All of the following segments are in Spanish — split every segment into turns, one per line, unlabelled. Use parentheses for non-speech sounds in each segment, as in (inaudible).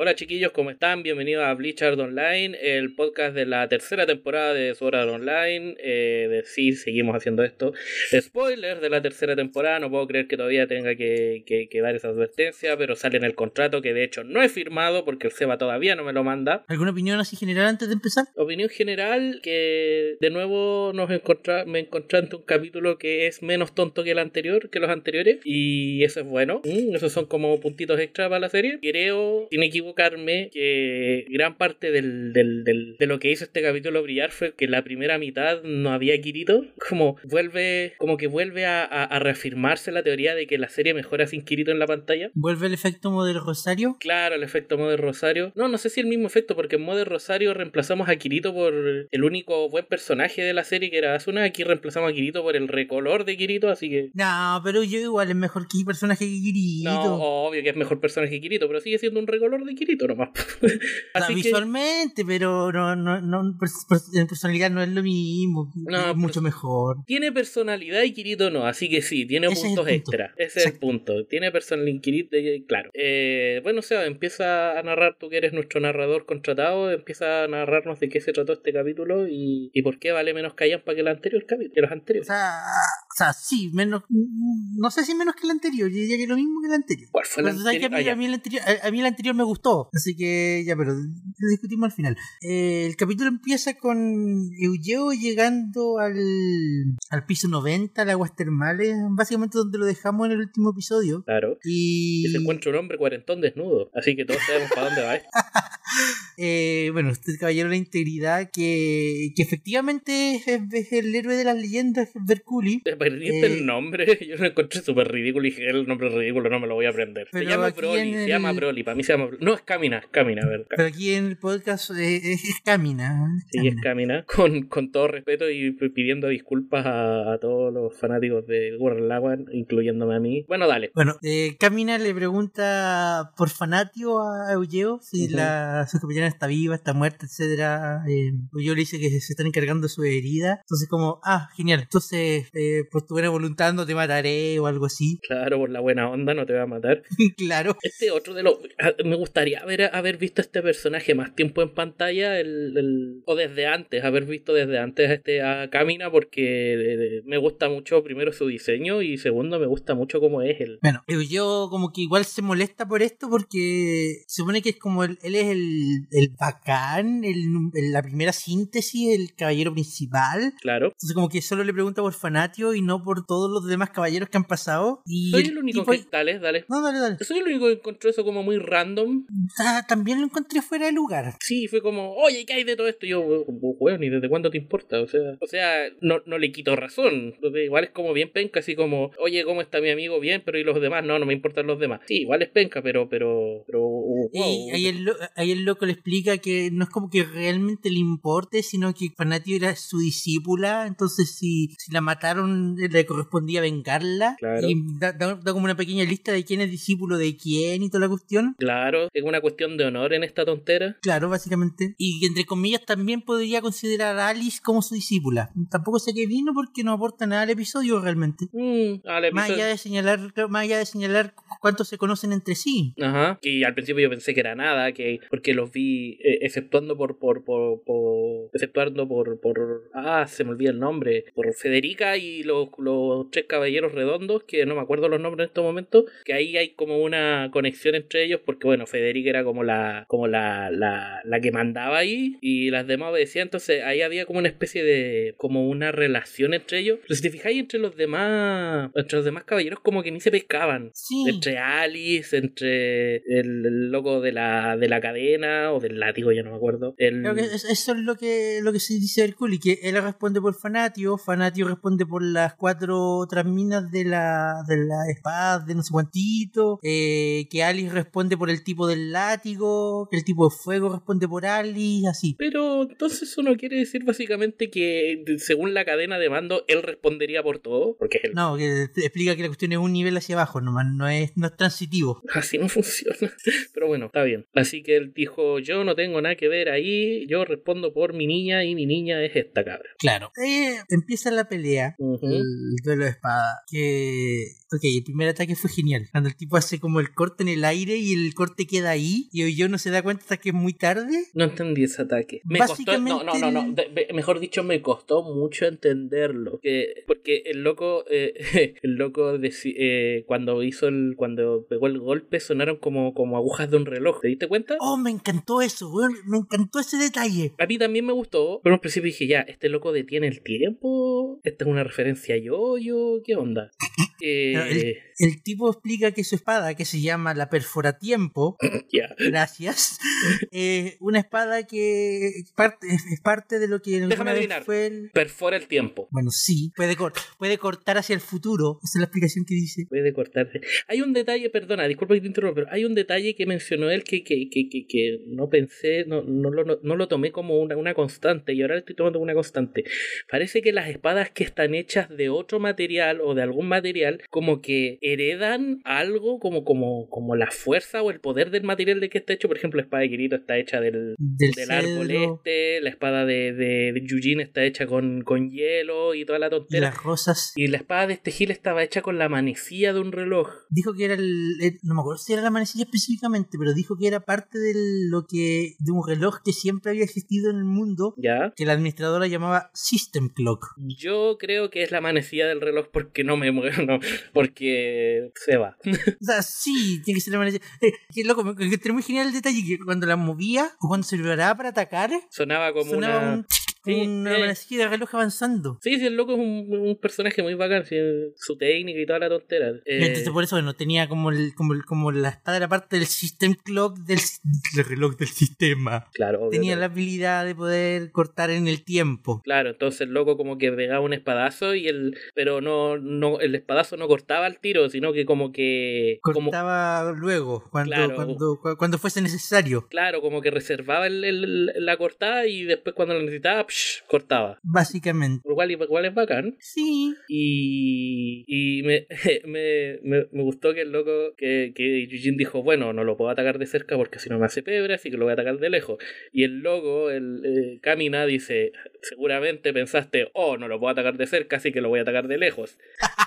Hola chiquillos, ¿cómo están? Bienvenidos a Blizzard Online, el podcast de la tercera temporada de Sword Art Online. Eh, de, sí, seguimos haciendo esto. Spoiler de la tercera temporada, no puedo creer que todavía tenga que, que- que dar esa advertencia, pero sale en el contrato que de hecho no he firmado porque el Seba todavía no me lo manda.
¿Alguna opinión así general antes de empezar?
Opinión general, que de nuevo nos encontra me encontré ante un capítulo que es menos tonto que el anterior, que los anteriores, y eso es bueno. Mm, esos son como puntitos extra para la serie. Creo, sin equivocarme, que gran parte del, del- del- de lo que hizo este capítulo brillar fue que la primera mitad no había Kirito. Como vuelve, como que vuelve a, a- a reafirmarse la teoría de que la serie mejora sin Kirito en la pantalla.
¿Vuelve el efecto modelo Rosario?
Claro, el efecto Modern Rosario. No, no sé si el mismo efecto, porque en Modern Rosario reemplazamos a Kirito por el único buen personaje de la serie que era Asuna. Aquí reemplazamos a Kirito por el recolor de Kirito, así que.
No, pero yo igual es mejor que personaje que Kirito.
No, obvio que es mejor personaje que Kirito, pero sigue siendo un recolor de Kirito
(laughs)
nomás.
O sea,
así que.
visualmente, pero no, no, no, pers- pers- en personalidad no es lo mismo.
No,
es mucho mejor.
Tiene personalidad y Kirito no, así que sí, tiene
Ese es el
puntos
punto.
extra. Ese es el
Exacto.
punto. Tiene personalidad y Kirito, eh, claro. Eh, bueno, Seba, empieza a narrar, tú que eres nuestro narrador contratado, empieza a narrarnos de qué se trató este capítulo y, y por qué vale menos callampa que el anterior capítulo, que los
O
anteriores.
sea, o sea, sí, menos. No sé si menos que el anterior. Yo diría que lo mismo que el anterior.
¿Cuál fue el
Pues, o sea, que
anterior?
a, mí,
Ah,
a
ya.
mí el anterior a- a mí el anterior me gustó, así que ya, pero lo discutimos al final. Eh, el capítulo empieza con Eugeo llegando al, al piso 90, al aguas termales, básicamente donde lo dejamos en el último episodio.
Claro.
Y
Y se encuentra un hombre cuarentón desnudo, así que todos sabemos para dónde va esto.
eh, bueno, este caballero de la integridad que, que efectivamente es, es el héroe de las leyendas, es Berculi.
¿Te perdiste
Eh.
el nombre? (laughs) Yo lo encontré súper ridículo y dije, el nombre es ridículo no me lo voy a aprender. Se
Pero
llama
aquí
Broly,
en
se
el-
llama Broly, para mí se llama Broly. No, es Camina, es Camina, a ver. Camina.
Pero aquí en el podcast eh, es, es Camina.
Sí, es Camina, con, con todo respeto y p- pidiendo disculpas a, a todos los fanáticos de Gurren Lagann, incluyéndome a mí. Bueno, dale.
Bueno, eh, Camina le pregunta por Fanatio a Eugeo si
Ujú.
la, su capitana está viva, está muerta, etcétera. Eh, Eugeo le dice que se están encargando de su herida. Entonces como, ah, genial. Entonces, eh, por tu buena voluntad no te mataré o algo así. (laughs)
Claro, por la buena onda no te va a matar.
claro.
Este otro de los... ah, Me gustaría haber, haber visto a este personaje más tiempo en pantalla el, el- o desde antes, haber visto desde antes a este a Camina porque eh, me gusta mucho primero su diseño y segundo me gusta mucho cómo es él.
Bueno, Eugeo como que igual se molesta por esto porque se supone que es como el- él es el, el bacán, el num- el- la primera síntesis, el caballero principal.
Claro.
Entonces como que solo le pregunta por Fanatio y no por todos los demás caballeros que han pasado. Y
Soy el único
tipo-
que... Dale, dale.
No, dale, dale.
Soy el único que encontró eso como muy random.
Ah, también lo encontré fuera de lugar.
Sí, fue como, oye, ¿qué hay de todo esto? Y yo, "We- we- weón, ¿y desde cuándo te importa? O sea, o sea no, no le quito razón. Entonces, igual es como bien penca, así como, oye, ¿cómo está mi amigo? Bien, pero ¿y los demás? No, no me importan los demás. Sí, igual es penca, pero, pero, pero, uh, wow.
Y ahí el, lo- ahí el loco le explica que no es como que realmente le importe, sino que Fanatio era su discípula, entonces si, si la mataron eh, le correspondía vengarla.
Claro.
Y da, da- da como una pequeña lista de quién es discípulo de quién y toda la cuestión.
Claro, es una cuestión de honor en esta tontera.
Claro, básicamente. Y que entre comillas también podría considerar a Alice como su discípula. Tampoco sé qué vino porque no aporta nada al episodio realmente.
Mm, al
Más allá
episodio...
de señalar, más allá de señalar cu- cuántos se conocen entre sí.
Ajá. Y al principio yo pensé que era nada, que porque los vi, eh, exceptuando por, por, por, por- exceptuando por, por, ah, se me olvida el nombre, por Federica y los, los tres caballeros redondos, que no me acuerdo los nombres en estos momentos, que ahí hay como una conexión entre ellos, porque bueno, Federica era como la, como la, la, la que mandaba ahí, y las demás obedecían, entonces ahí había como una especie de, como una relación entre ellos. Pero si te fijáis entre los demás, entre los demás caballeros como que ni se pescaban
Sí.
entre Alice, entre el, el loco de la, de la cadena o del látigo, ya no me acuerdo. El,
Creo que es- eso es lo que, lo que se dice del Culi, que él responde por Fanatio, Fanatio responde por las cuatro otras minas de la, de la espada, de no sé cuantito, eh, que Alice responde por el tipo del látigo, que el tipo de fuego responde por Alice, así.
Pero entonces eso no quiere decir básicamente que de- según la cadena de mando él respondería por todo, porque es él.
No,
(laughs)
que te explica que la cuestión es un nivel hacia abajo nomás, no es, no es transitivo.
Así no funciona. (laughs) Pero bueno, está bien. Así que él dijo, yo no tengo nada que ver ahí, yo respondo por mi niña y mi niña es esta cabra.
Claro. Eh, empieza la pelea,
Ujú.
el duelo de espada. Que. Ok, el primer ataque fue genial. Cuando el tipo hace como el corte en el aire y el corte queda ahí y yo no se da cuenta hasta que es muy tarde.
No entendí ese ataque. Me costó. No, no, no, no. de- de- mejor dicho, me costó mucho entenderlo. Que- porque el loco, eh, (laughs) el loco deci- eh, cuando hizo el, cuando pegó el golpe, sonaron como, como agujas de un reloj. ¿Te diste cuenta?
Oh, me encantó eso, weón. Me encantó ese detalle.
A mí también me gustó, pero al principio dije, ya, este loco detiene el tiempo. Esta es una referencia a yo, yo, ¿qué
(laughs)
onda? Eh,
El tipo explica que su espada, que se llama la
(laughs)
perforatiempo,
ya.
gracias, eh, una espada que parte, es parte de lo que alguna
Déjame
vez
adivinar.
fue el...
Perfora el tiempo.
Bueno, sí, puede, cor- puede cortar hacia el futuro. Esa es la explicación que dice.
Puede cortarse. (laughs) Hay un detalle, perdona, disculpa que te interrumpa, pero hay un detalle que mencionó él que, que, que, que, que no pensé, no, no, lo, no, no lo tomé como una, una constante y ahora lo estoy tomando como una constante. Parece que las espadas que están hechas de otro material o de algún material como que heredan algo como, como, como la fuerza o el poder del material de que está hecho. Por ejemplo, la espada de Kirito está hecha del,
Del,
del árbol
cedro
este, la espada de, de, de Yujin está hecha con, con hielo y toda la
y
tontera.
las rosas.
Y la espada de este Gil estaba hecha con la manecilla de un reloj.
Dijo que era el, el- No me acuerdo si era la manecilla específicamente, pero dijo que era parte de lo que... De un reloj que siempre había existido en el mundo,
¿Ya?
que la administradora llamaba System Clock.
Yo creo que es la manecilla del reloj porque no me (laughs) muevo, no, porque se va.
O sea, sí, tiene que ser la manecilla. Eh, que loco, me encontré muy genial el detalle que cuando la movía o cuando se preparaba para atacar,
Sonaba como
sonaba
una...
un tic, como
Sí,
una
eh.
manecilla de reloj avanzando.
Sí, sí, el loco es un, un personaje muy bacán, sí, su técnica y toda la tontera. Eh,
Entonces por eso no tenía como el, como el- como la espada era parte del system clock del, s- del reloj del sistema.
claro, obvio,
Tenía
claro.
la habilidad de poder cortar en el tiempo.
Claro, entonces el loco como que pegaba un espadazo y el... Pero no, no, el espadazo no cortaba el tiro, sino que como que... Como,
Cortaba luego, cuando,
Claro.
cuando, cu- cuando fuese necesario,
Claro, como que reservaba el- el- la cortada y después cuando la necesitaba, psh, cortaba.
básicamente.
Lo cual, igual es bacán.
Sí,
Y, y me, (laughs) me, me, me gustó que el loco, que, que Yujin dijo, bueno, no lo puedo atacar de cerca porque si no me hace pebre, así que lo voy a atacar de lejos. Y el loco, el eh, Kamina, dice, seguramente pensaste, oh, no lo puedo atacar de cerca, así que lo voy a atacar de lejos. (laughs)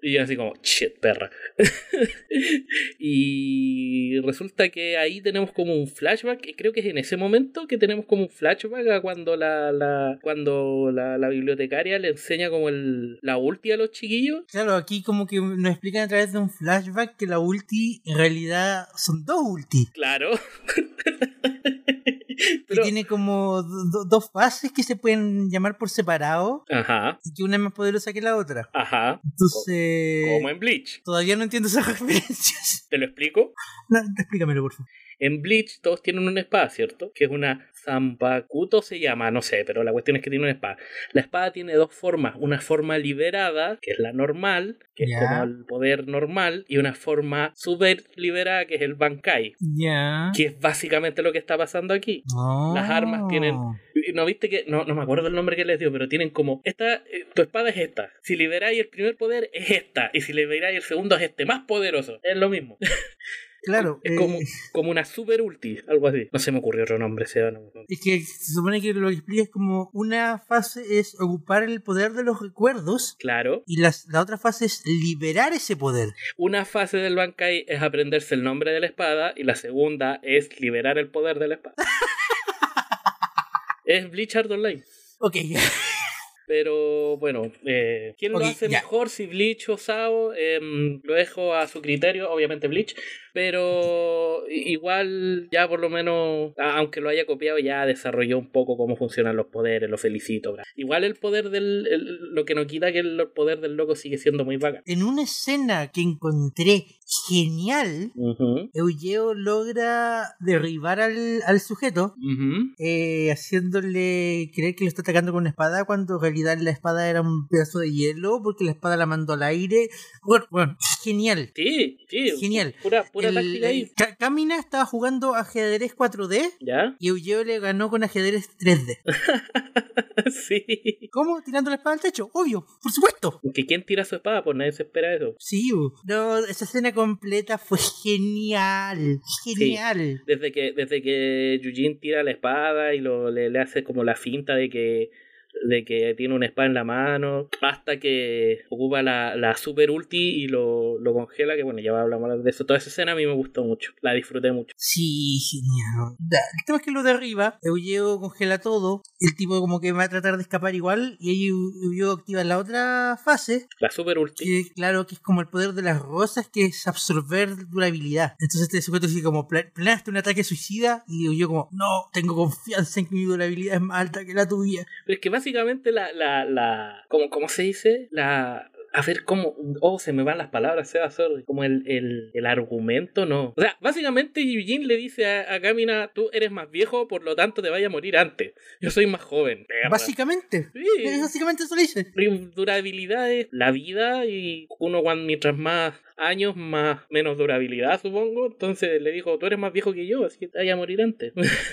y yo así como, shit, perra. (laughs) y resulta que ahí tenemos como un flashback, y creo que es en ese momento que tenemos como un flashback a cuando la, la- cuando la, la bibliotecaria le enseña como el, la ulti a los chiquillos.
Claro, aquí como que nos explican a través de un flashback que la ulti en realidad son dos ulti.
Claro.
Que
Pero-
tiene como do- do- dos fases que se pueden llamar por separado
Ajá,
y que una es más poderosa que la otra.
ajá.
Entonces,
Como en Bleach.
todavía no entiendo esas (laughs) referencias.
¿Te lo explico?
No, explícamelo, por favor.
En Bleach todos tienen una espada, ¿cierto? Que es una Zanpakuto se llama, no sé, pero la cuestión es que tiene una espada. La espada tiene dos formas, una forma liberada, que es la normal, que
Ya.
es como el poder normal, y una forma super liberada, que es el Bankai,
Ya. Oh.
que es básicamente lo que está pasando aquí.
No.
Las armas tienen- Y ¿No viste que.? No, no me acuerdo el nombre que les dio, pero tienen como. Esta, eh, tu espada es esta. Si liberáis el primer poder, es esta. Y si liberáis el segundo, es este. Más poderoso. Es lo mismo.
Claro.
Es
eh,
como, como una super ulti, algo así. No se me ocurrió otro nombre, Seba. no- no-
Es que se supone que lo que explica es como una fase es ocupar el poder de los recuerdos
Claro.
y las- la otra fase es liberar ese poder.
Una fase del Bankai es aprenderse el nombre de la espada y la segunda es liberar el poder de la
(laughs)
espada. es Bleach Art Online.
Ok,
Pero bueno, eh, ¿quién
Ok,
lo hace
ya.
mejor? Si Bleach o Sao, Em, lo dejo a su criterio, obviamente Bleach. Pero i- igual, ya por lo menos, a- aunque lo haya copiado, ya desarrolló un poco cómo funcionan los poderes, lo felicito. bra. Igual el poder del. el- lo que no quita que el poder del loco sigue siendo muy bacán.
en una escena que encontré genial,
Ujú,
Eugeo logra derribar al, al sujeto,
ujú.
eh, haciéndole creer que lo está atacando con una espada, cuando en realidad la espada era un pedazo de hielo, porque la espada la mandó al aire. Bueno, bueno, genial.
Sí, sí.
Genial.
Pura, pura
El-
táctica ahí.
Ka- Kamina estaba jugando ajedrez 4D
¿Ya? (laughs)
y Eugeo le ganó con ajedrez 3D.
sí.
¿Cómo? ¿Tirando la espada al techo? Obvio, por supuesto.
Que quién tira su espada, pues nadie se espera eso.
Sí, bu. no, esa escena completa fue genial. Genial.
Desde que, desde que Yujin tira la espada y lo, le, le hace como la finta de que de que tiene una espada en la mano, hasta que ocupa la, la super ulti y lo, lo congela, que bueno, ya hablamos de eso. Toda esa escena a mí me gustó mucho, la disfruté mucho.
Sí, genial. Da- El tema es que lo de arriba, Eugeo congela todo, el tipo como que va a tratar de escapar igual, y ahí Eugeo activa la otra fase,
La super ulti.
que claro que es como el poder de las rosas, que es absorber durabilidad. Entonces este sujeto dice como, "Pla- planeaste un ataque suicida, y yo como, no, tengo confianza en que mi durabilidad es más alta que la tuya.
Pero es que básicamente la, la, la, como, ¿cómo se dice? La, a ver, cómo, oh, se me van las palabras, Seba, sorry. Como el, el, el argumento, no. O sea, básicamente Eugene le dice a, a Kamina, tú eres más viejo, por lo tanto te vaya a morir antes. Yo soy más joven. perra".
Básicamente.
Sí.
Básicamente eso le dice.
Rim- durabilidad es la vida y uno cuando mientras más años más menos durabilidad supongo entonces le dijo tú eres más viejo que yo así que te vaya a morir antes (laughs)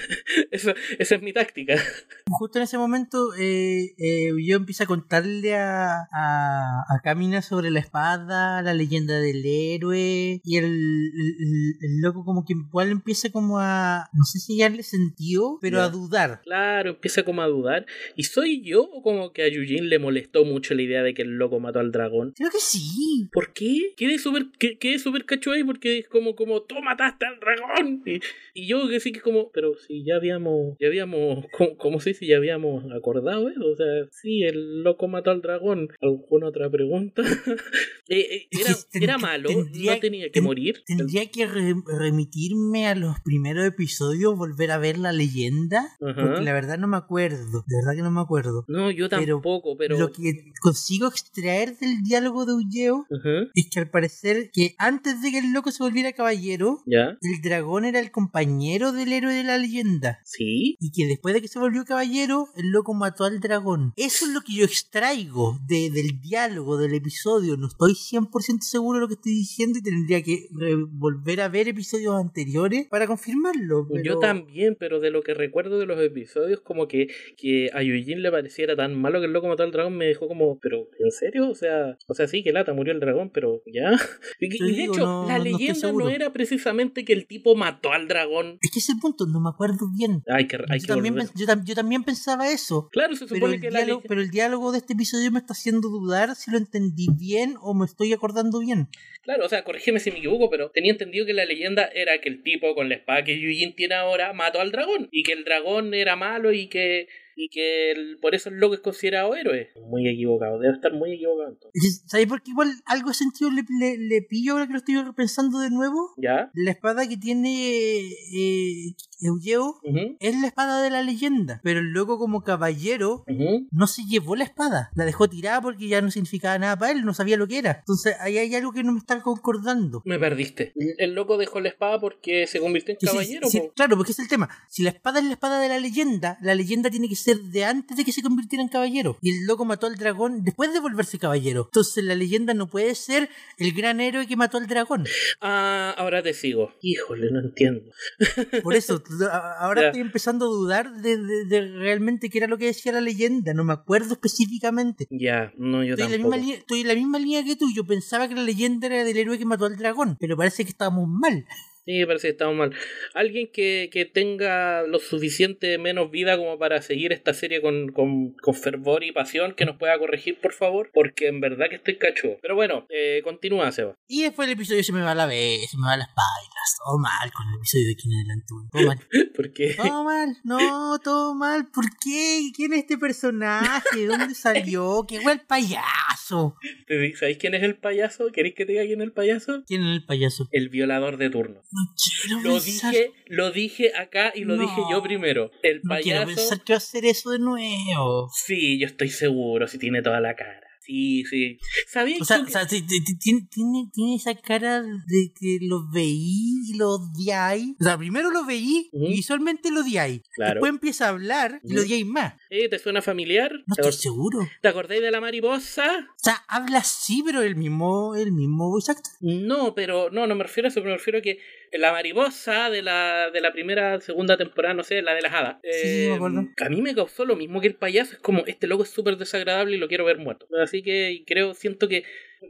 Eso- esa es mi táctica
Justo en ese momento, eh, eh, Ulloa empieza a contarle a, a, a Kamina sobre la espada, la leyenda del héroe, y el, el- el loco como que igual empieza como a, no sé si ya le sentido, pero
Ya.
a dudar.
claro empieza como a dudar y soy yo o como que a Yujin le molestó mucho la idea de que el loco mató al dragón
Creo que sí.
¿Por qué? Quedé súper que- quedé súper cacho ahí porque es como, como, tú mataste al dragón. Y, y yo que sí que como, pero si ya habíamos, ya habíamos, ¿cómo, cómo se dice? Ya habíamos acordado eso. O sea, sí, el loco mató al dragón. ¿Alguna otra pregunta? (laughs) Eh, eh,
Es
era,
que
era
tendr-
malo,
tendría-
no tenía que
ten-
morir.
Tendría que re- remitirme a los primeros episodios, volver a ver la leyenda,
Ajá.
porque la verdad no me acuerdo, de verdad que no me acuerdo.
No, yo
pero
tampoco, pero...
Lo que consigo extraer del diálogo de Ulleo
Ajá,
Es que al parecer que antes de que el loco se volviera caballero,
¿Ya?
el dragón era el compañero del héroe de la leyenda.
¿Sí?
Y que después de que se volvió caballero, el loco mató al dragón. Eso es lo que yo extraigo de- del diálogo, del episodio. No estoy 100% seguro de lo que estoy diciendo y tendría que re- volver a ver episodios anteriores para confirmarlo. Pero...
Yo también, pero de lo que recuerdo de los episodios, como que, que a Eugene le pareciera tan malo que el loco mató al dragón, me dejó como, pero ¿en serio? O sea, o sea sí, que lata, murió el dragón, pero ya. (laughs) Y, que-
Te
y de
digo,
hecho,
no-
la
no- no estoy
leyenda no,
seguro.
era precisamente que el tipo mató al dragón.
Es que ese punto no me acuerdo bien.
Hay que, hay
Yo
que
también,
volver.
pens- yo tam- yo también pensaba eso.
Claro, se
Pero
supone
el,
que la
diálogo,
leyenda...
pero el diálogo de este episodio me está haciendo dudar si lo entendí bien o me estoy acordando bien.
Claro, o sea, corrígeme si me equivoco, pero tenía entendido que la leyenda era que el tipo con la espada que Eugene tiene ahora mató al dragón. Y que el dragón era malo y que... Y que el- por eso el loco es considerado héroe. Muy equivocado, debe estar muy equivocado. entonces.
Es- ¿Sabes por qué igual algo de sentido le, le- le pillo ahora que lo estoy repensando de nuevo?
¿Ya?
La espada que tiene eh, Eugeo
Ujú,
es la espada de la leyenda, pero el loco como caballero
ujú.
no se llevó la espada, la dejó tirada porque ya no significaba nada para él, no sabía lo que era. Entonces ahí hay algo que no me está concordando.
Me perdiste. El- El loco dejó la espada porque se convirtió en
Sí, sí,
caballero.
sí,
po.
claro, porque ese es el tema. Si la espada es la espada de la leyenda, la leyenda tiene que ser de antes de que se convirtiera en caballero. Y el loco mató al dragón después de volverse caballero. Entonces la leyenda no puede ser el gran héroe que mató al dragón.
Ah, ahora te sigo. Híjole, no entiendo.
Por
(laughs)
eso, t- a- ahora
Ya.
estoy empezando a dudar de, de- de realmente qué era lo que decía la leyenda. No me acuerdo específicamente.
Ya, no, yo
Estoy en, la
tampoco.
misma línea, estoy en la misma línea que tú. Yo pensaba que la leyenda era del héroe que mató al dragón, pero parece que estábamos mal.
Sí, me parece que estamos mal. Alguien que, que tenga lo suficiente menos vida como para seguir esta serie con, con, con fervor y pasión, que nos pueda corregir, por favor, porque en verdad que estoy cacho. Pero bueno, eh, continúa, Seba. (laughs)
Y después el episodio se me va a la vez, se me va las pailas. Todo mal con el episodio de aquí en adelante. weón.
(laughs)
Todo mal.
Porque
Todo mal, no, todo mal. ¿Por qué? ¿Quién es este personaje? ¿De dónde salió? ¿Qué fue el payaso?
te di- ¿sabéis quién es el payaso? ¿Queréis que te diga quién es el payaso?
¿Quién es el payaso?
El violador de turno.
No quiero
Lo
pensar.
dije, lo dije acá y lo
No.
dije yo primero. El
no quiero pensar
payaso.
que va a hacer eso de nuevo.
Sí, yo estoy seguro, si tiene toda la cara. Sí, sí. ¿Sabías
O sea,
tú
o
que-
sea, ti- ti- ti- tiene, tiene- tiene esa cara de que lo veí y lo odiáis. O sea, primero lo veí
Ujú.
y visualmente lo odiáis.
Claro.
Después empieza a hablar y lo
Ujú.
odiáis más.
Eh, ¿Te suena familiar?
No
¿Te,
estoy
acor-
seguro. O
te acordáis de la mariposa?
sea, habla así, pero el mismo, el mismo voice actor.
No, pero no, no me refiero a eso, pero me refiero a que la mariposa de la, de la primera, segunda temporada, no sé, la de las hadas. em,
Sí, sí, sí, me acuerdo.
A mí me causó lo mismo que el payaso. Es como, este loco es súper desagradable y lo quiero ver muerto. Así que creo, siento que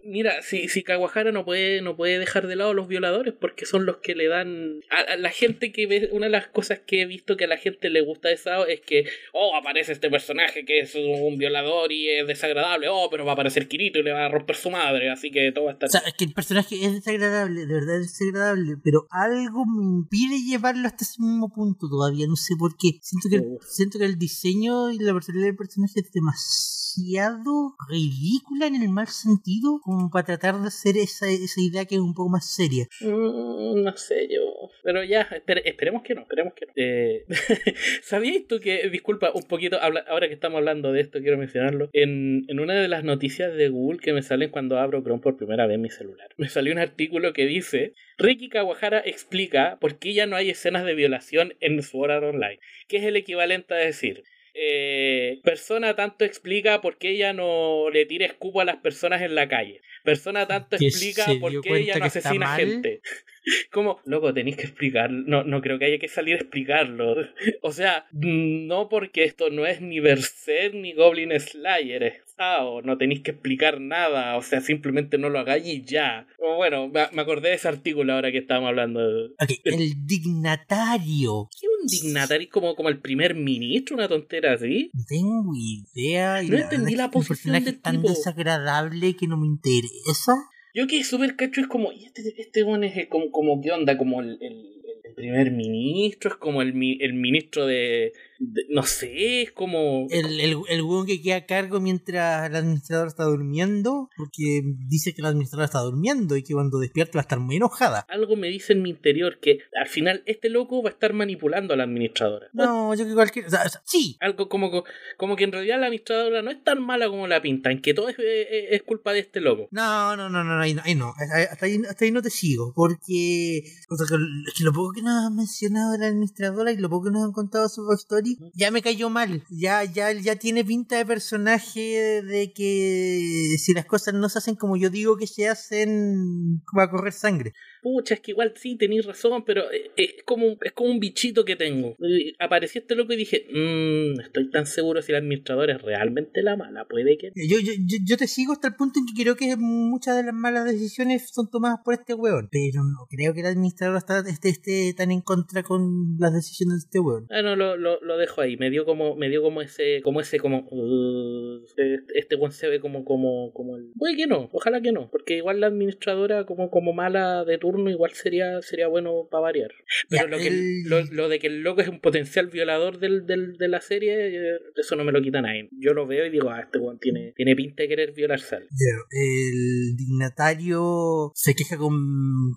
Mira, si, si Kawahara no puede, no puede dejar de lado a los violadores porque son los que le dan. A, a la gente que ve. Una de las cosas que he visto que a la gente le gusta de Sao es que. Oh, aparece este personaje que es un, un violador y es desagradable. Oh, pero va a aparecer Kirito y le va a romper su madre. Así que todo va a estar.
O sea, es que el personaje es desagradable, de verdad es desagradable, pero algo me impide llevarlo hasta ese mismo punto todavía. No sé por qué. Siento que,
Oh.
el, siento que el diseño y la personalidad del personaje es demasiado ridícula en el mal sentido como para tratar de hacer esa, esa idea que es un poco más seria.
Mm, no sé yo. Pero ya, espere- esperemos que no, esperemos que no. Eh, (laughs) ¿Sabías tú que, disculpa, un poquito, habla- ahora que estamos hablando de esto, quiero mencionarlo. En, en una de las noticias de Google que me salen cuando abro Chrome por primera vez en mi celular, (laughs) me salió un artículo que dice, Ricky Kawahara explica por qué ya no hay escenas de violación en su hora online, que es el equivalente a decir, eh, persona tanto explica por qué ella no le tira escupo a las personas en la calle. Persona tanto
Que
explica
se dio
por qué
cuenta
ella no
que está
asesina
mal.
gente. (laughs) Como, loco, tenéis que explicarlo. No, no creo que haya que salir a explicarlo. (laughs) O sea, no porque esto no es ni Berserk ni Goblin Slayer. es Sao, no tenéis que explicar nada. O sea, simplemente no lo hagáis y ya. O bueno, me me acordé de ese artículo ahora que estábamos hablando. de- (laughs)
Ok, el dignatario.
¿Qué un dignatario como, como el primer ministro? Una tontera así.
No tengo idea. y
No
la verdad
entendí
es
la
que
posición
Es un personaje
del
tan
tipo.
desagradable que no me interesa.
Yo que súper cacho es como, ¿y este, este weón es eh, como, como qué onda? Como el, el- el primer ministro, es como el, mi- el ministro de, de- No sé, es como.
El, el, el weón que queda a cargo mientras el administrador está durmiendo, porque dice que la administradora está durmiendo y que cuando despierta va a estar muy enojada.
Algo me dice en mi interior que al final este loco va a estar manipulando a la administradora.
No, yo que cualquier. o sea, o sea, sí,
Algo como, como que en realidad la administradora no es tan mala como la pintan, que todo es, eh, es- es culpa de este loco.
No, no, no, no, no, ahí no, ahí no. Hasta ahí, hasta ahí no te sigo, porque o sea, que es que lo poco que nos ha mencionado de la administradora y lo poco que nos han contado su backstory, ya me cayó mal. Ya, ya, ya tiene pinta de personaje de que si las cosas no se hacen como yo digo que se hacen, va a correr sangre.
Pucha, es que igual sí, tenéis razón, pero eh, eh, es como, es como un bichito que tengo. Y Apareció este loco y dije, mmm, no estoy tan seguro si la administradora es realmente la mala, puede que...
Eh, Yo, yo, yo, yo te sigo hasta el punto en que creo que muchas de las malas decisiones son tomadas por este weón, pero no creo que la administradora está, esté, esté tan en contra con las decisiones de este weón.
Ah, no, lo, lo, lo dejo ahí. Me dio como, me dio como ese, como ese, como uh, este- este one se ve como, como, como el. Puede que no, ojalá que no. Porque igual la administradora como, como mala de turno, igual sería, sería bueno para variar. Pero
Ya,
lo, que,
el-
lo, lo de que el loco es un potencial violador del, del, de la serie, eh, eso no me lo quita nadie. Yo lo veo y digo, ah, este one tiene, tiene pinta de querer violar sal.
Claro, el dignatario se queja con,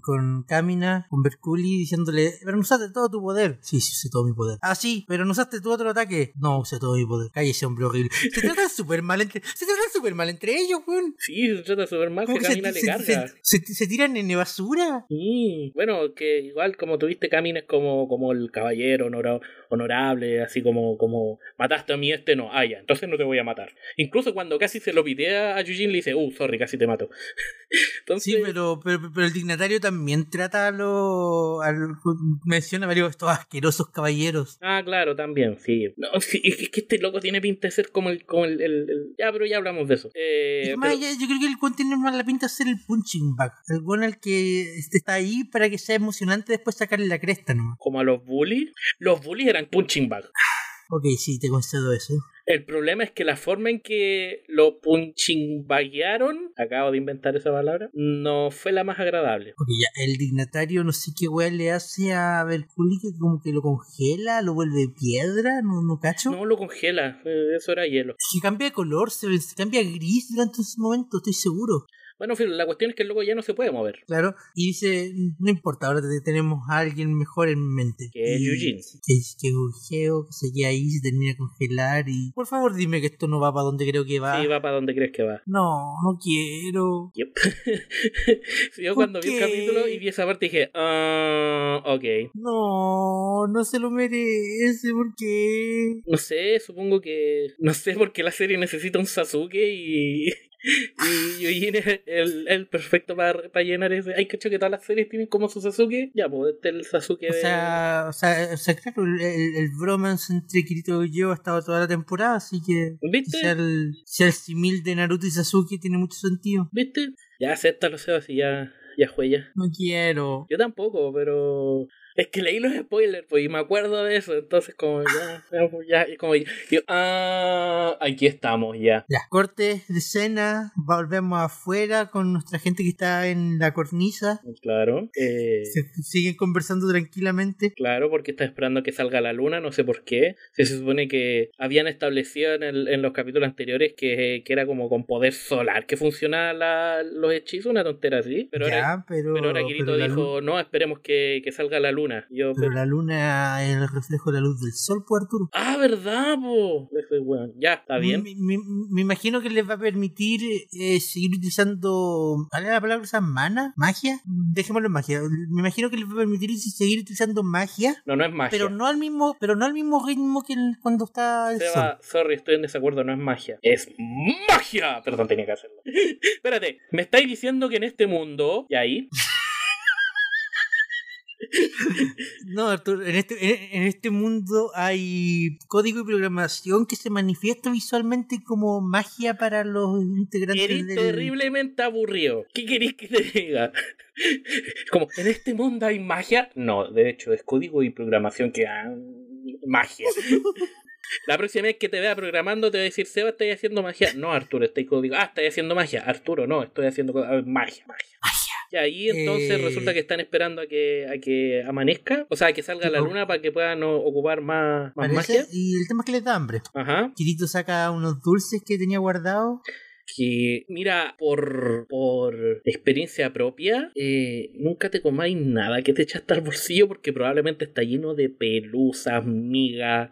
con Kamina, con Berculi, diciéndole, pero no usaste todo tu poder. Sí, sí, usé todo mi poder. Ah, sí, pero no usaste tu otro ataque. No, usé todo mi poder. Cállese, hombre horrible. Se tratan (laughs) súper mal entre, se tratan súper mal entre ellos, weón.
Sí, se trata de Superman,
Como
que
que se,
camina le
se-
carga.
se- se- se tiran en basura.
Sí, bueno, que igual como tuviste camines como, como el caballero honora- honorable, así como, como mataste a mí este, no, ah, ya, entonces no te voy a matar. Incluso cuando casi se lo pitea a Yujin le dice, uh, sorry, casi te mato. (laughs) entonces,
Sí, pero, pero, pero el dignatario también trata a los... al- menciona varios de estos asquerosos caballeros.
ah, claro, también, sí. No, (laughs) sí, es que- es que este loco tiene pinta de ser como el, como el, el- el- ya, pero ya hablamos de eso. Eh,
Es más,
pero-
ya- yo creo que el weón tiene más la pinta de ser el punching bag. El weón al que este está ahí para que sea emocionante después sacarle la cresta nomás.
como a los bullies, los bullies eran punching bag.
Ok, sí, te concedo eso.
El problema es que la forma en que lo punchingbaguearon, acabo de inventar esa palabra, no fue la más agradable.
Ok, ya, el dignatario no sé qué weón le hace a Berculi que como que lo congela, lo vuelve piedra, no, no cacho.
No lo congela, eh, eso era hielo.
Que cambia de color, se, ve- se cambia a gris durante un momento, estoy seguro.
Bueno, en fin, la cuestión es que el loco ya no se puede mover.
Claro, y dice, no importa, ahora te- tenemos a alguien mejor en mente.
Que es
Y-
Eugene.
Que, que Geo, que se queda ahí, se termina de congelar y... Por favor dime que esto no va para donde creo que va.
Sí, va para donde crees que va.
No, no quiero.
Yep. (laughs) Sí, Yo
¿Por
cuando vi el
qué?
capítulo y vi esa parte dije, ah, ok.
No, no se lo merece, ¿por qué?
No sé, supongo que... No sé, porque la serie necesita un Sasuke y... Y Yujin es el, el perfecto para, para llenar ese. Hay cacho que todas las series tienen como su Sasuke. Ya, pues este es el Sasuke
O
de-
sea, o sea, o sea, claro, el, el- el bromance entre Kirito y yo ha estado toda la temporada, así que
¿Viste?
quizá el, quizá el simil de Naruto y Sasuke tiene mucho sentido.
¿Viste? Ya acéptalo, Sebas, y ya, ya juega.
No quiero.
Yo tampoco, pero. Es que leí los spoilers, pues, y me acuerdo de eso. Entonces, como ya. ya, pues, ya, y como yo, ah, aquí estamos, ya.
Ya, cortes de escena, volvemos afuera con nuestra gente que está en la cornisa.
Claro. Eh,
Se- siguen conversando tranquilamente.
Claro, porque está esperando que salga la luna, no sé por qué. Si se supone que habían establecido en, el- en los capítulos anteriores que, que era como con poder solar que funcionaban la- los hechizos, una tontera así. Pero,
ya,
ahora,
pero,
pero ahora Kirito
pero la
dijo,
lu-
no, esperemos que, que salga la luna. Y yo,
pero la luna es el reflejo de la luz del sol, pues Arturo.
ah, ¿verdad, po? Ese weón. Ya, está Ah, bien.
Me, me- me imagino que les va a permitir eh, seguir utilizando. ¿Cuál era la palabra? ¿Usan mana? ¿Magia? Dejémoslo en magia. Me imagino que les va a permitir seguir utilizando magia,
No, no es magia.
pero no al mismo pero no al mismo ritmo que el- cuando está el sol.
Seba, sorry, estoy en desacuerdo, no es magia. ¡Es magia! Perdón, tenía que hacerlo. (laughs) Espérate, me estáis diciendo que en este mundo, y ahí,
No, Arturo, en este, en, en este mundo hay código y programación que se manifiesta visualmente como magia para los integrantes
Eres
del...
terriblemente aburrido. ¿Qué querés que te diga? (laughs) Como, ¿en este mundo hay magia? No, de hecho, es código y programación que ah,
(laughs)
magia. La próxima vez que te vea programando te va a decir, Seba, estoy haciendo magia. No, Arturo, estoy código. Ah, estoy haciendo magia. Arturo, no, estoy haciendo co- ah, magia, magia. Y ahí entonces
Eh.
resulta que están esperando a que, a que amanezca, o sea, a que salga la
Tipo-
luna para que puedan o- ocupar más, más
Parece,
magia.
y el tema es que le da hambre.
Ajá.
Kirito saca unos dulces que tenía guardados.
que, mira, por, por experiencia propia, eh, nunca te comáis nada que te echaste al bolsillo porque probablemente está lleno de pelusas, migas,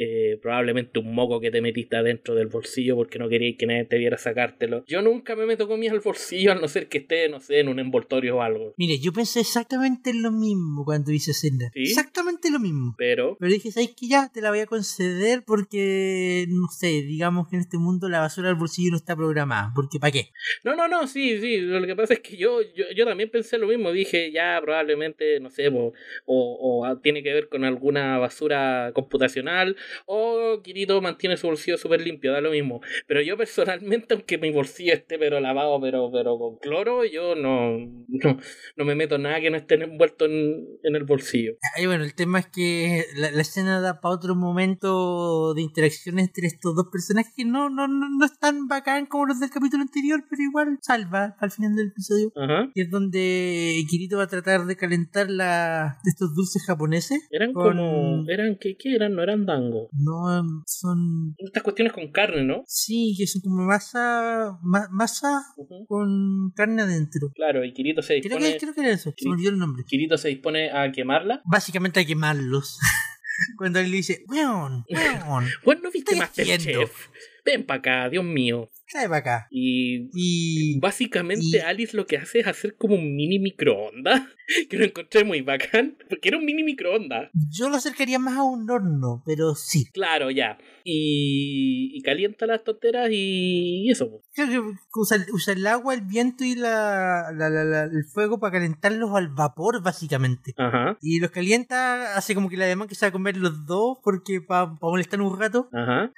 eh, probablemente un moco que te metiste adentro del bolsillo porque no querías que nadie te viera sacártelo. Yo nunca me meto comida al bolsillo a no ser que esté, no sé, en un envoltorio o algo.
Mire, yo pensé exactamente lo mismo cuando hice cena.
¿Sí?
Exactamente lo mismo.
Pero,
Pero dije, ¿sabes qué? Ya te la voy a conceder porque, no sé, digamos que en este mundo la basura del bolsillo no está programada. Porque, ¿para qué?
No, no, no, sí, sí. Lo que pasa es que yo, yo, yo también pensé lo mismo. Dije, ya probablemente, no sé, po, o, o a- tiene que ver con alguna basura computacional, o Kirito mantiene su bolsillo súper limpio, da lo mismo. Pero yo personalmente, (laughs) aunque mi bolsillo esté pero lavado, pero, pero con cloro, yo no, (laughs) no, no me meto nada que no esté envuelto en, en el bolsillo.
Ahí, bueno, el tema es que la, la escena da para otro momento de interacción entre estos dos personajes que no, no, no, no es tan bacán como los del capítulo anterior, pero igual salva al final del episodio.
Ajá.
Que es donde Kirito va a tratar de calentar la, estos dulces japoneses.
Eran
Con-
como. eran ¿qué, ¿Qué eran? No eran dango.
No em, son.
Estas cuestiones con carne, ¿no?
Sí, que son como masa. ma- masa
Ujú.
con carne adentro.
Claro, y Kirito se
Creo
dispone.
que, este creo que era eso, se me olvidó el nombre.
Kirito se dispone a quemarla.
Básicamente a quemarlos. (laughs) Cuando él le dice, weón, weón,
Bueno, ¿no viste
¿Qué estoy haciendo?
Masterchef? Ven para acá, Dios mío.
trae para acá.
Y
Y
básicamente
Y-
Alice lo que hace es hacer como un mini microondas, (laughs) que lo encontré muy bacán, porque era un mini microondas.
yo lo acercaría más a un horno, pero sí.
Claro, ya. Y, y calienta las tonteras y, y eso. po.
Creo que usa, usa el agua, el viento y la, la- la- la- el fuego para calentarlos al vapor, básicamente.
Ajá,
Y los calienta, hace como que la demanda que se va a comer los dos, porque para molestar un rato. (laughs)
ajá.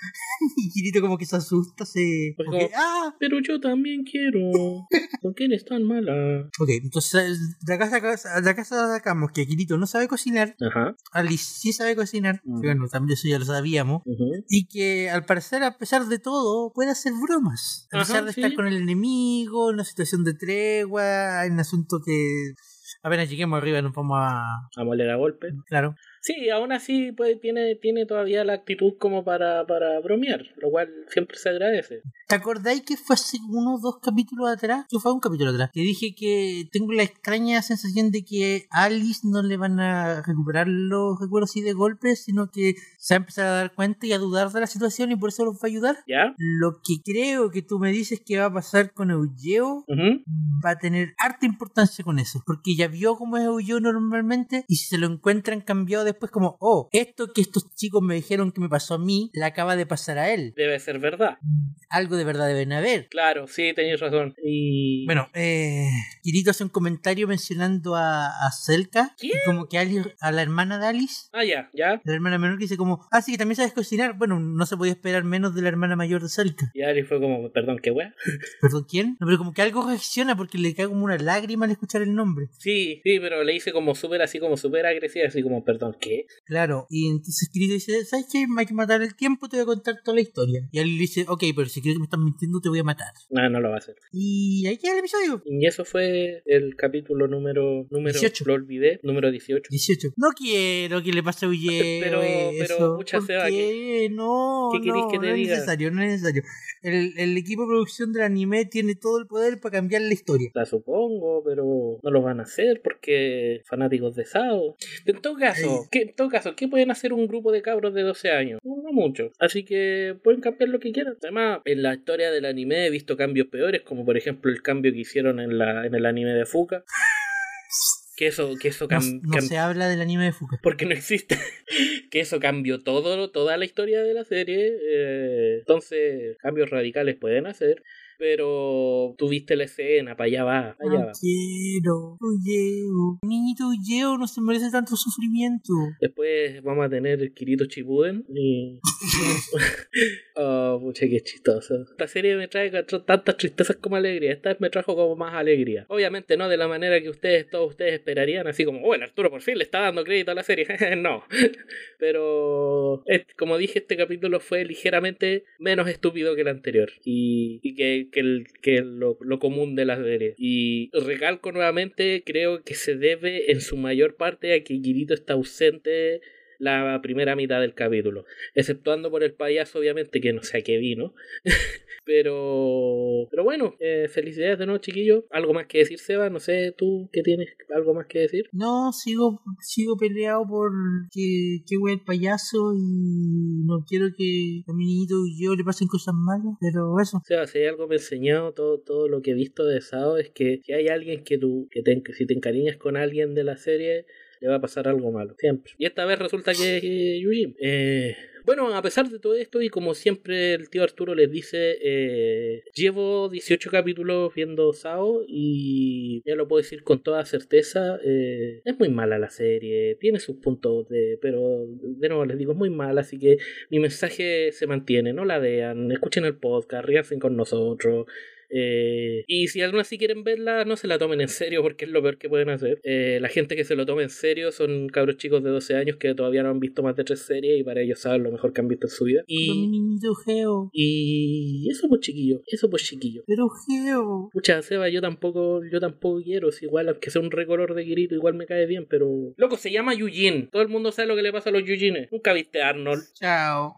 Y Kirito como que se asusta, se...
Pues
como que,
como-
¡Ah!
Pero yo también
(laughs)
quiero. ¿Con quién es tan mala?
Ok, entonces de acá, saca- de acá sacamos que Kirito no sabe cocinar,
Ajá.
Alice sí sabe cocinar,
Mm.
bueno, también eso ya lo sabíamos,
ujú.
y que al parecer, a pesar de todo, puede hacer bromas. A
Ajá,
pesar de
sí.
estar con el enemigo, en una situación de tregua, en un asunto que apenas lleguemos arriba nos vamos a...
A moler a golpe.
Claro.
Sí, aún así pues, tiene, tiene todavía la actitud como para, para bromear, lo cual siempre se agradece.
¿Te acordáis que fue hace unos dos capítulos atrás? Que fue un capítulo atrás. Que dije que tengo la extraña sensación de que a Alice no le van a recuperar los recuerdos así de golpe, sino que se va a empezar a dar cuenta y a dudar de la situación y por eso los va a ayudar.
¿Ya?
Lo que creo que tú me dices que va a pasar con Eugeo
Ujú.
va a tener harta importancia con eso, porque ya vio cómo es Eugeo normalmente y si se lo encuentran cambiado de después como, oh, esto que estos chicos me dijeron que me pasó a mí, la acaba de pasar a él.
Debe ser verdad.
Algo de verdad deben haber.
Claro, sí, tenías razón. Y.
Bueno, eh, Kirito hace un comentario mencionando a, a Selka.
¿Quién?
y Como que Alice- a la hermana de Alice.
Ah, ya, ya.
La hermana menor que dice como, ah, sí, que también sabes cocinar. Bueno, no se podía esperar menos de la hermana mayor de Selka.
Y Ari fue como, perdón, qué wea.
Perdón, ¿quién? No, pero como que algo reacciona porque le cae como una lágrima al escuchar el nombre.
Sí, sí, pero le hice como súper así, como súper agresiva, así como, perdón, ¿qué?
Claro, y entonces Kirito dice, ¿sabes qué? Me hay que matar el tiempo, te voy a contar toda la historia. Y Ali le dice, ok, pero si crees que me estás mintiendo, te voy a matar.
Ah, No, no lo va a hacer.
Y ahí queda el episodio.
Y eso fue el capítulo número. número
18.
Lo olvidé, número 18.
18. No quiero que le pase a Ullero
(laughs) Pero- pero,
eso.
pucha,
¿Por
Seba,
qué? No,
qué querés
no,
que te
no
diga?
es necesario, no es necesario. El, el equipo de producción del anime tiene todo el poder para cambiar la historia.
La supongo, pero no lo van a hacer porque fanáticos de Sao. En todo caso,
Ay.
¿qué, en todo caso, ¿qué pueden hacer un grupo de cabros de 12 años? No, no mucho. Así que pueden cambiar lo que quieran. Además, en la historia del anime he visto cambios peores, como por ejemplo el cambio que hicieron en, la, en el anime de Fuka. Que eso, que eso
No,
cam-
no
cam-
se habla del anime de Fuka.
porque no existe. (laughs) que eso cambió todo, toda la historia de la serie. eh, entonces, cambios radicales pueden hacer. Pero tuviste la escena, para allá va, pa' allá
No
Ah, va.
quiero, Ulleo. Niñito Ulleo no se merece tanto sufrimiento.
Después vamos a tener el Kirito Chipuden y... oh, pucha, qué chistoso. Esta serie me trae tr- tantas tristezas como alegría. Esta vez me trajo como más alegría. Obviamente no de la manera que ustedes, todos ustedes esperarían. Así como, bueno, Arturo por fin le está dando crédito a la serie. (laughs) no. Pero, es- como dije, este capítulo fue ligeramente menos estúpido que el anterior. Y, y que, que el- que lo, lo común de las series. Y recalco nuevamente, creo que se debe en su mayor parte a que Kirito está ausente la primera mitad del capítulo. Exceptuando por el payaso, obviamente, que no sé a qué vino. (laughs) pero, pero bueno, eh, felicidades de nuevo, chiquillo. ¿Algo más que decir, Seba? No sé, tú que tienes algo más que decir.
No, sigo, sigo peleado por que, que wea el payaso y no quiero que a mi niñito y yo le pasen cosas malas, pero eso.
O sea, si hay algo que me he enseñado, todo, todo lo que he visto de Sao es que si hay alguien que tú, que te, que si te encariñas con alguien de la serie, le va a pasar algo malo, siempre. Y esta vez resulta que es eh, Yujin. Eh, bueno, a pesar de todo esto, y como siempre el tío Arturo les dice, eh, llevo 18 capítulos viendo Sao y ya lo puedo decir con toda certeza, eh, es muy mala la serie, tiene sus puntos, de, pero de nuevo les digo, es muy mala, así que mi mensaje se mantiene, no la vean, escuchen el podcast, ríanse con nosotros. eh, y si aún así quieren verla, no se la tomen en serio porque es lo peor que pueden hacer. Eh, la gente que se lo toma en serio son cabros chicos de 12 años que todavía no han visto más de tres series y para ellos saben lo mejor que han visto en su vida.
Pero mi
Y,
niñito Geo,
y eso pues chiquillo, eso pues chiquillo.
pero Geo.
Mucha Seba, yo tampoco, yo tampoco quiero, si igual aunque sea un recolor de Kirito, igual me cae bien, pero. Loco, se llama Yujin. Todo el mundo sabe lo que le pasa a los Yujines. Nunca viste a Arnold.
Chao.